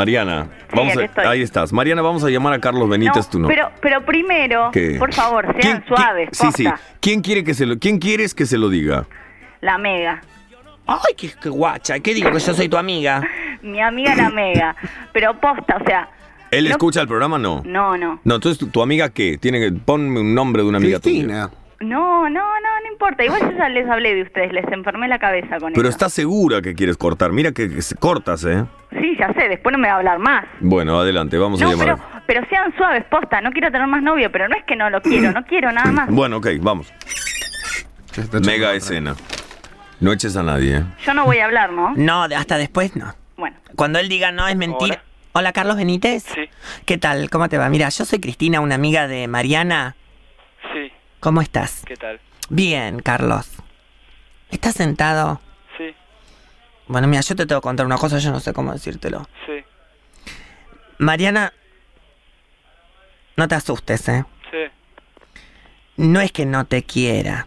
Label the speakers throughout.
Speaker 1: Mariana, vamos
Speaker 2: aquí
Speaker 1: a-
Speaker 2: estoy.
Speaker 1: ahí estás. Mariana, vamos a llamar a Carlos Benítez,
Speaker 2: No,
Speaker 1: tú no.
Speaker 2: Pero, pero primero,
Speaker 1: ¿Qué?
Speaker 2: por favor,
Speaker 1: ¿Quién-
Speaker 2: sean suaves.
Speaker 1: quién- sí, sí.
Speaker 2: posta.
Speaker 1: ¿Quién quiere que se lo, quién quieres que se lo diga?
Speaker 2: La mega.
Speaker 3: Ay, qué, qué guacha. ¿Qué digo? Que yo soy tu amiga.
Speaker 2: Mi amiga la mega. Pero posta, o sea.
Speaker 1: ¿Él
Speaker 2: no-
Speaker 1: escucha el programa? No.
Speaker 2: No, no.
Speaker 1: No, entonces tu, tu amiga qué? Tiene que ponme un nombre de una amiga tuya.
Speaker 4: Cristina.
Speaker 2: No, no, no, no importa. Igual yo ya les hablé de ustedes, les enfermé la cabeza con
Speaker 1: Pero
Speaker 2: eso.
Speaker 1: estás segura que quieres cortar. Mira que, que se- cortas, ¿eh?
Speaker 2: Sí, ya sé, después no me va a hablar más.
Speaker 1: Bueno, adelante, vamos a
Speaker 2: No,
Speaker 1: llamar.
Speaker 2: pero, pero sean suaves, posta. No quiero tener más novio, pero no es que no lo quiero, no quiero nada más.
Speaker 1: Bueno, ok, vamos.
Speaker 4: Ya está chocando.
Speaker 1: Mega escena. No eches a nadie, ¿eh?
Speaker 2: Yo no voy a hablar, ¿no?
Speaker 3: No, de- hasta después no.
Speaker 2: Bueno.
Speaker 3: Cuando él diga no es mentira. Hola, Carlos Benítez.
Speaker 5: Sí.
Speaker 3: ¿Qué tal? ¿Cómo te va? Mira, yo soy Cristina, una amiga de Mariana.
Speaker 5: Sí,
Speaker 3: ¿Cómo estás?
Speaker 5: ¿qué tal?
Speaker 3: Bien, Carlos. ¿Estás sentado?
Speaker 5: Sí,
Speaker 3: Bueno, mira, yo te tengo que contar una cosa, yo no sé cómo decírtelo.
Speaker 5: sí,
Speaker 3: Mariana, no te asustes, ¿eh?
Speaker 5: sí,
Speaker 3: No es que no te quiera,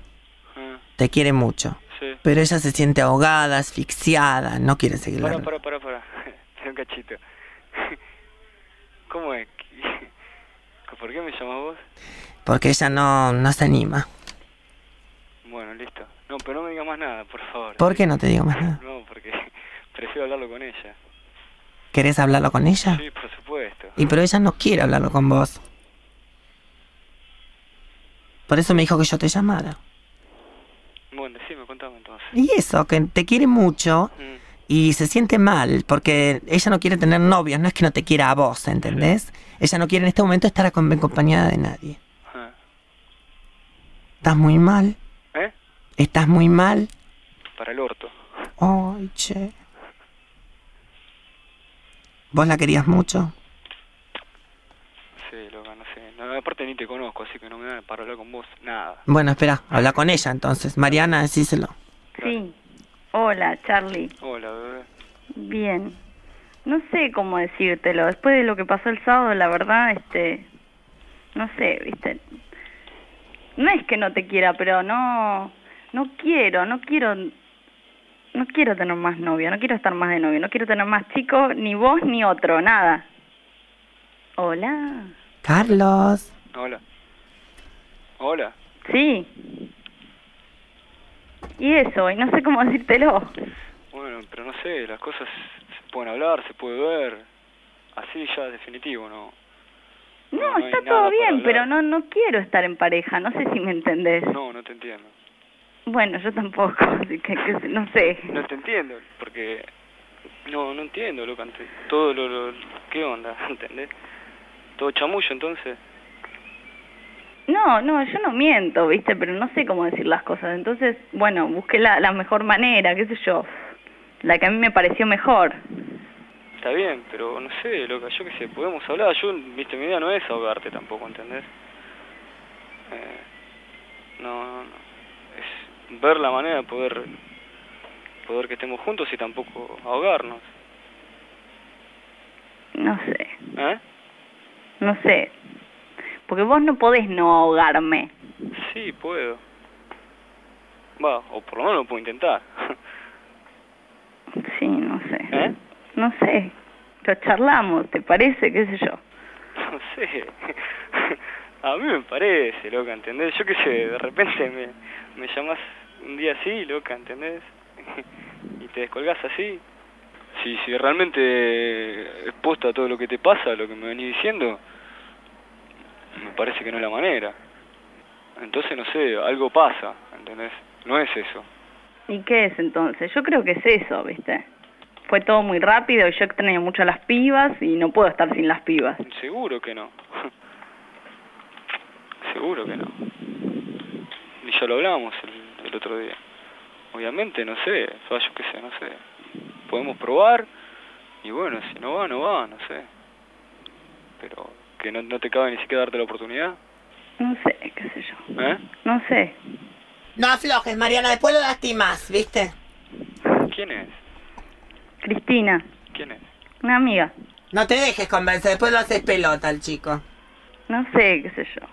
Speaker 5: ah,
Speaker 3: te quiere mucho.
Speaker 5: sí.
Speaker 3: Pero ella se siente ahogada, asfixiada, no quiere seguir la
Speaker 5: Para,
Speaker 3: relación.
Speaker 5: para, para, para. Espera un cachito. ¿Cómo es? ¿Por qué me llamas vos?
Speaker 3: Porque ella no, no se anima.
Speaker 5: Bueno, listo. No, pero no me digas más nada, por favor.
Speaker 3: ¿Por qué no te digo más nada?
Speaker 5: No, porque prefiero hablarlo con ella.
Speaker 3: ¿Querés hablarlo con ella?
Speaker 5: Sí, por supuesto.
Speaker 3: Y pero ella no quiere hablarlo con vos. Por eso me dijo que yo te llamara.
Speaker 5: Bueno, decime, contame entonces.
Speaker 3: Y eso, que te quiere mucho
Speaker 5: Mm,
Speaker 3: y se siente mal porque ella no quiere tener novios, no es que no te quiera a vos, ¿entendés? Ella no quiere en este momento estar acom- acompañada de nadie.
Speaker 5: ah.
Speaker 3: Estás muy mal,
Speaker 5: ¿Eh?
Speaker 3: estás muy mal.
Speaker 5: Para el orto.
Speaker 3: Ay, che. ¿Vos la querías mucho?
Speaker 5: Sí, loca, no sé. No, aparte ni te conozco, así que no me da para hablar con vos nada.
Speaker 3: Bueno, espera, habla con ella entonces. Mariana, decíselo.
Speaker 2: Sí. Hola, Charlie.
Speaker 5: Hola, bebé.
Speaker 2: Bien. No sé cómo decírtelo. Después de lo que pasó el sábado, la verdad, este. No sé, viste. No es que no te quiera, pero no. No quiero, no quiero. No quiero tener más novio, no quiero estar más de novio, no quiero tener más chicos, ni vos ni otro, nada. Hola.
Speaker 3: Carlos.
Speaker 5: Hola. Hola.
Speaker 2: Sí. Y eso, y no sé cómo decírtelo.
Speaker 5: Bueno, pero no sé, las cosas se pueden hablar, se puede ver. Así ya definitivo, ¿no?
Speaker 2: No,
Speaker 5: No, no hay
Speaker 2: está
Speaker 5: nada
Speaker 2: todo
Speaker 5: para
Speaker 2: bien,
Speaker 5: hablar.
Speaker 2: pero no no quiero estar en pareja, no sé si me entendés.
Speaker 5: No, no te entiendo.
Speaker 2: Bueno, yo tampoco, así que, que no sé.
Speaker 5: No te entiendo, porque... No, no entiendo, loca. ante- Todo lo... lo- ¿Qué onda? ¿Entendés? Todo chamullo, entonces.
Speaker 2: No, no, yo no miento, ¿viste? Pero no sé cómo decir las cosas. Entonces, bueno, busqué la, la mejor manera, qué sé yo. La que a mí me pareció mejor.
Speaker 5: Está bien, pero no sé, loca, yo qué sé, podemos hablar. Yo, viste, mi idea no es ahogarte tampoco, ¿entendés? Eh, no, no, no. Es ver la manera de poder, poder que estemos juntos y tampoco ahogarnos.
Speaker 2: No sé,
Speaker 5: ¿Eh?
Speaker 2: no sé. Porque vos no podés no ahogarme.
Speaker 5: Sí, puedo. Va, o por lo menos lo puedo intentar.
Speaker 2: Sí, no sé.
Speaker 5: ¿Eh?
Speaker 2: No sé. Lo charlamos, ¿te parece? ¿Qué sé yo?
Speaker 5: No sé. A mí me parece, loca, ¿entendés? Yo qué sé, de repente me, me llamás un día así, loca, ¿entendés? Y te descolgás así. Si, si realmente es posta todo lo que te pasa, lo que me venís diciendo, me parece que no es la manera. Entonces, no sé, algo pasa, ¿entendés? No es eso.
Speaker 2: ¿Y qué es entonces? Yo creo que es eso, ¿viste? Fue todo muy rápido y yo extraño mucho a las pibas y no puedo estar sin las pibas.
Speaker 5: Seguro que no. Seguro que no. Y ya lo hablamos el, el otro día. Obviamente, no sé, o sea, yo qué sé, no sé. Podemos probar y bueno, si no va, no va, no sé. Pero que no, no te cabe ni siquiera darte la oportunidad,
Speaker 2: No sé, qué sé yo.
Speaker 5: ¿eh?
Speaker 2: No sé.
Speaker 3: No aflojes, Mariana, después lo lastimas, ¿viste?
Speaker 5: ¿Quién es?
Speaker 2: Cristina,
Speaker 5: ¿Quién es?
Speaker 2: una amiga.
Speaker 3: No te dejes convencer, después lo haces pelota al chico.
Speaker 2: No sé, qué sé yo.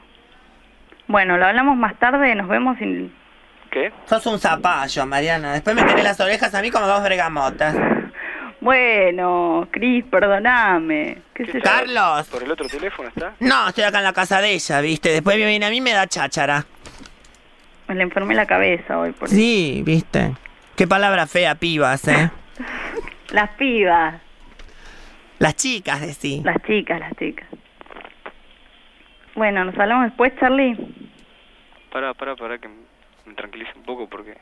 Speaker 2: Bueno, lo hablamos más tarde, nos vemos y...
Speaker 5: ¿Qué?
Speaker 3: Sos un zapallo, Mariana. Después me tenés las orejas a mí como dos bregamotas.
Speaker 2: Bueno, Cris, perdoname. ¿Qué sé yo?
Speaker 5: está?
Speaker 3: Carlos.
Speaker 5: ¿Por el otro teléfono está?
Speaker 3: No, estoy acá en la casa de ella, ¿viste? Después me viene a mí y me da cháchara.
Speaker 2: Me le enfermé la cabeza hoy por
Speaker 3: Sí, ¿viste? Qué palabra fea, pibas, ¿eh?
Speaker 2: Las pibas,
Speaker 3: Las chicas, decí.
Speaker 2: las chicas, las chicas. Bueno, nos hablamos después, Charlie.
Speaker 5: Pará, pará, pará, que me tranquilice un poco porque...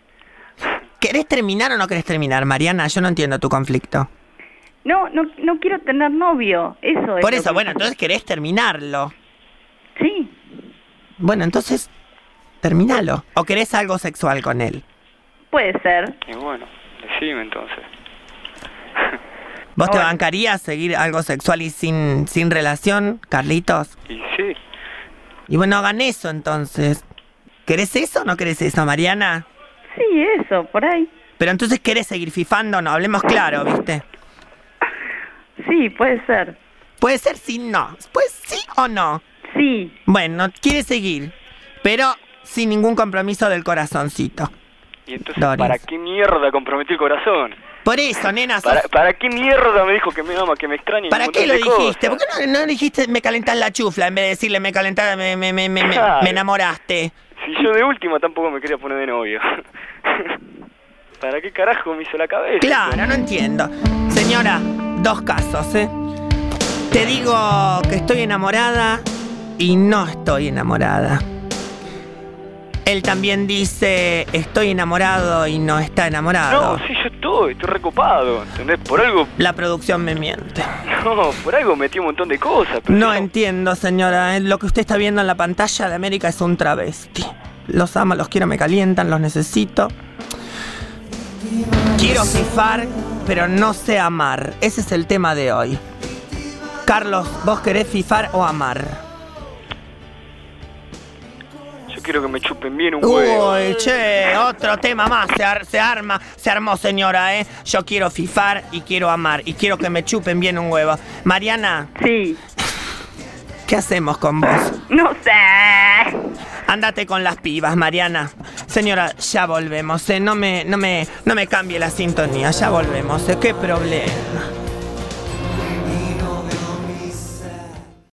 Speaker 3: ¿Querés terminar o no querés terminar, Mariana? Yo no entiendo tu conflicto.
Speaker 2: No, no, no quiero tener novio. Eso es.
Speaker 3: Por
Speaker 2: lo
Speaker 3: eso,
Speaker 2: que-
Speaker 3: bueno, entonces querés terminarlo.
Speaker 2: Sí.
Speaker 3: Bueno, entonces, terminalo. ¿O querés algo sexual con él?
Speaker 2: Puede ser.
Speaker 5: Y bueno, decime entonces.
Speaker 3: ¿Vos te
Speaker 2: Ahora-
Speaker 3: bancarías seguir algo sexual y sin, sin relación, Carlitos?
Speaker 5: Y sí,
Speaker 3: Y bueno, hagan eso entonces. ¿Querés eso o no querés eso, Mariana?
Speaker 2: Sí, eso, por ahí.
Speaker 3: Pero entonces querés seguir fifando, no, hablemos claro, ¿viste?
Speaker 2: Sí, puede ser.
Speaker 3: Puede ser sí, no. Pues sí o no.
Speaker 2: Sí,
Speaker 3: Bueno, quiere seguir, pero sin ningún compromiso del corazoncito.
Speaker 5: y entonces,
Speaker 3: Doris.
Speaker 5: ¿para qué mierda comprometí el corazón?
Speaker 3: Por eso, nena, sos-
Speaker 5: ¿Para, ¿Para qué mierda me dijo que me ama, que me extraña? y
Speaker 3: ¿para
Speaker 5: un
Speaker 3: qué lo
Speaker 5: montón de
Speaker 3: dijiste? ¿Por
Speaker 5: cosas?
Speaker 3: qué no, no dijiste me calentás la chufla en vez de decirle me calentás, me, me, me, me, me-
Speaker 5: Claro.
Speaker 3: me enamoraste?
Speaker 5: Si yo de última tampoco me quería poner de novio. ¿Para qué carajo me hizo la cabeza?
Speaker 3: Claro, no entiendo. Señora, dos casos, ¿eh? Te digo que estoy enamorada y no estoy enamorada. Él también dice estoy enamorado y no está enamorado.
Speaker 5: No, sí, yo estoy, estoy recopado, ¿entendés? Por algo,
Speaker 3: La producción me miente.
Speaker 5: no, por algo metí un montón de cosas. Pero
Speaker 3: No
Speaker 5: yo-
Speaker 3: entiendo, señora. eh, Lo que usted está viendo en la pantalla de América es un travesti. Los amo, los quiero, me calientan, los necesito. Quiero fifar, pero no sé amar. Ese es el tema de hoy. Carlos, ¿vos querés fifar o amar?
Speaker 5: Yo quiero que me chupen bien un huevo.
Speaker 3: Uy, che, otro tema más. Se, ar- se arma, se armó, señora, ¿eh? Yo quiero fifar y quiero amar. Y quiero que me chupen bien un huevo. Mariana,
Speaker 2: sí.
Speaker 3: ¿qué hacemos con vos?
Speaker 2: No sé.
Speaker 3: Andate con las pibas, Mariana. Señora, ya volvemos, ¿eh? No me, no me, no me cambie la sintonía, ya volvemos, ¿eh? ¿Qué problema?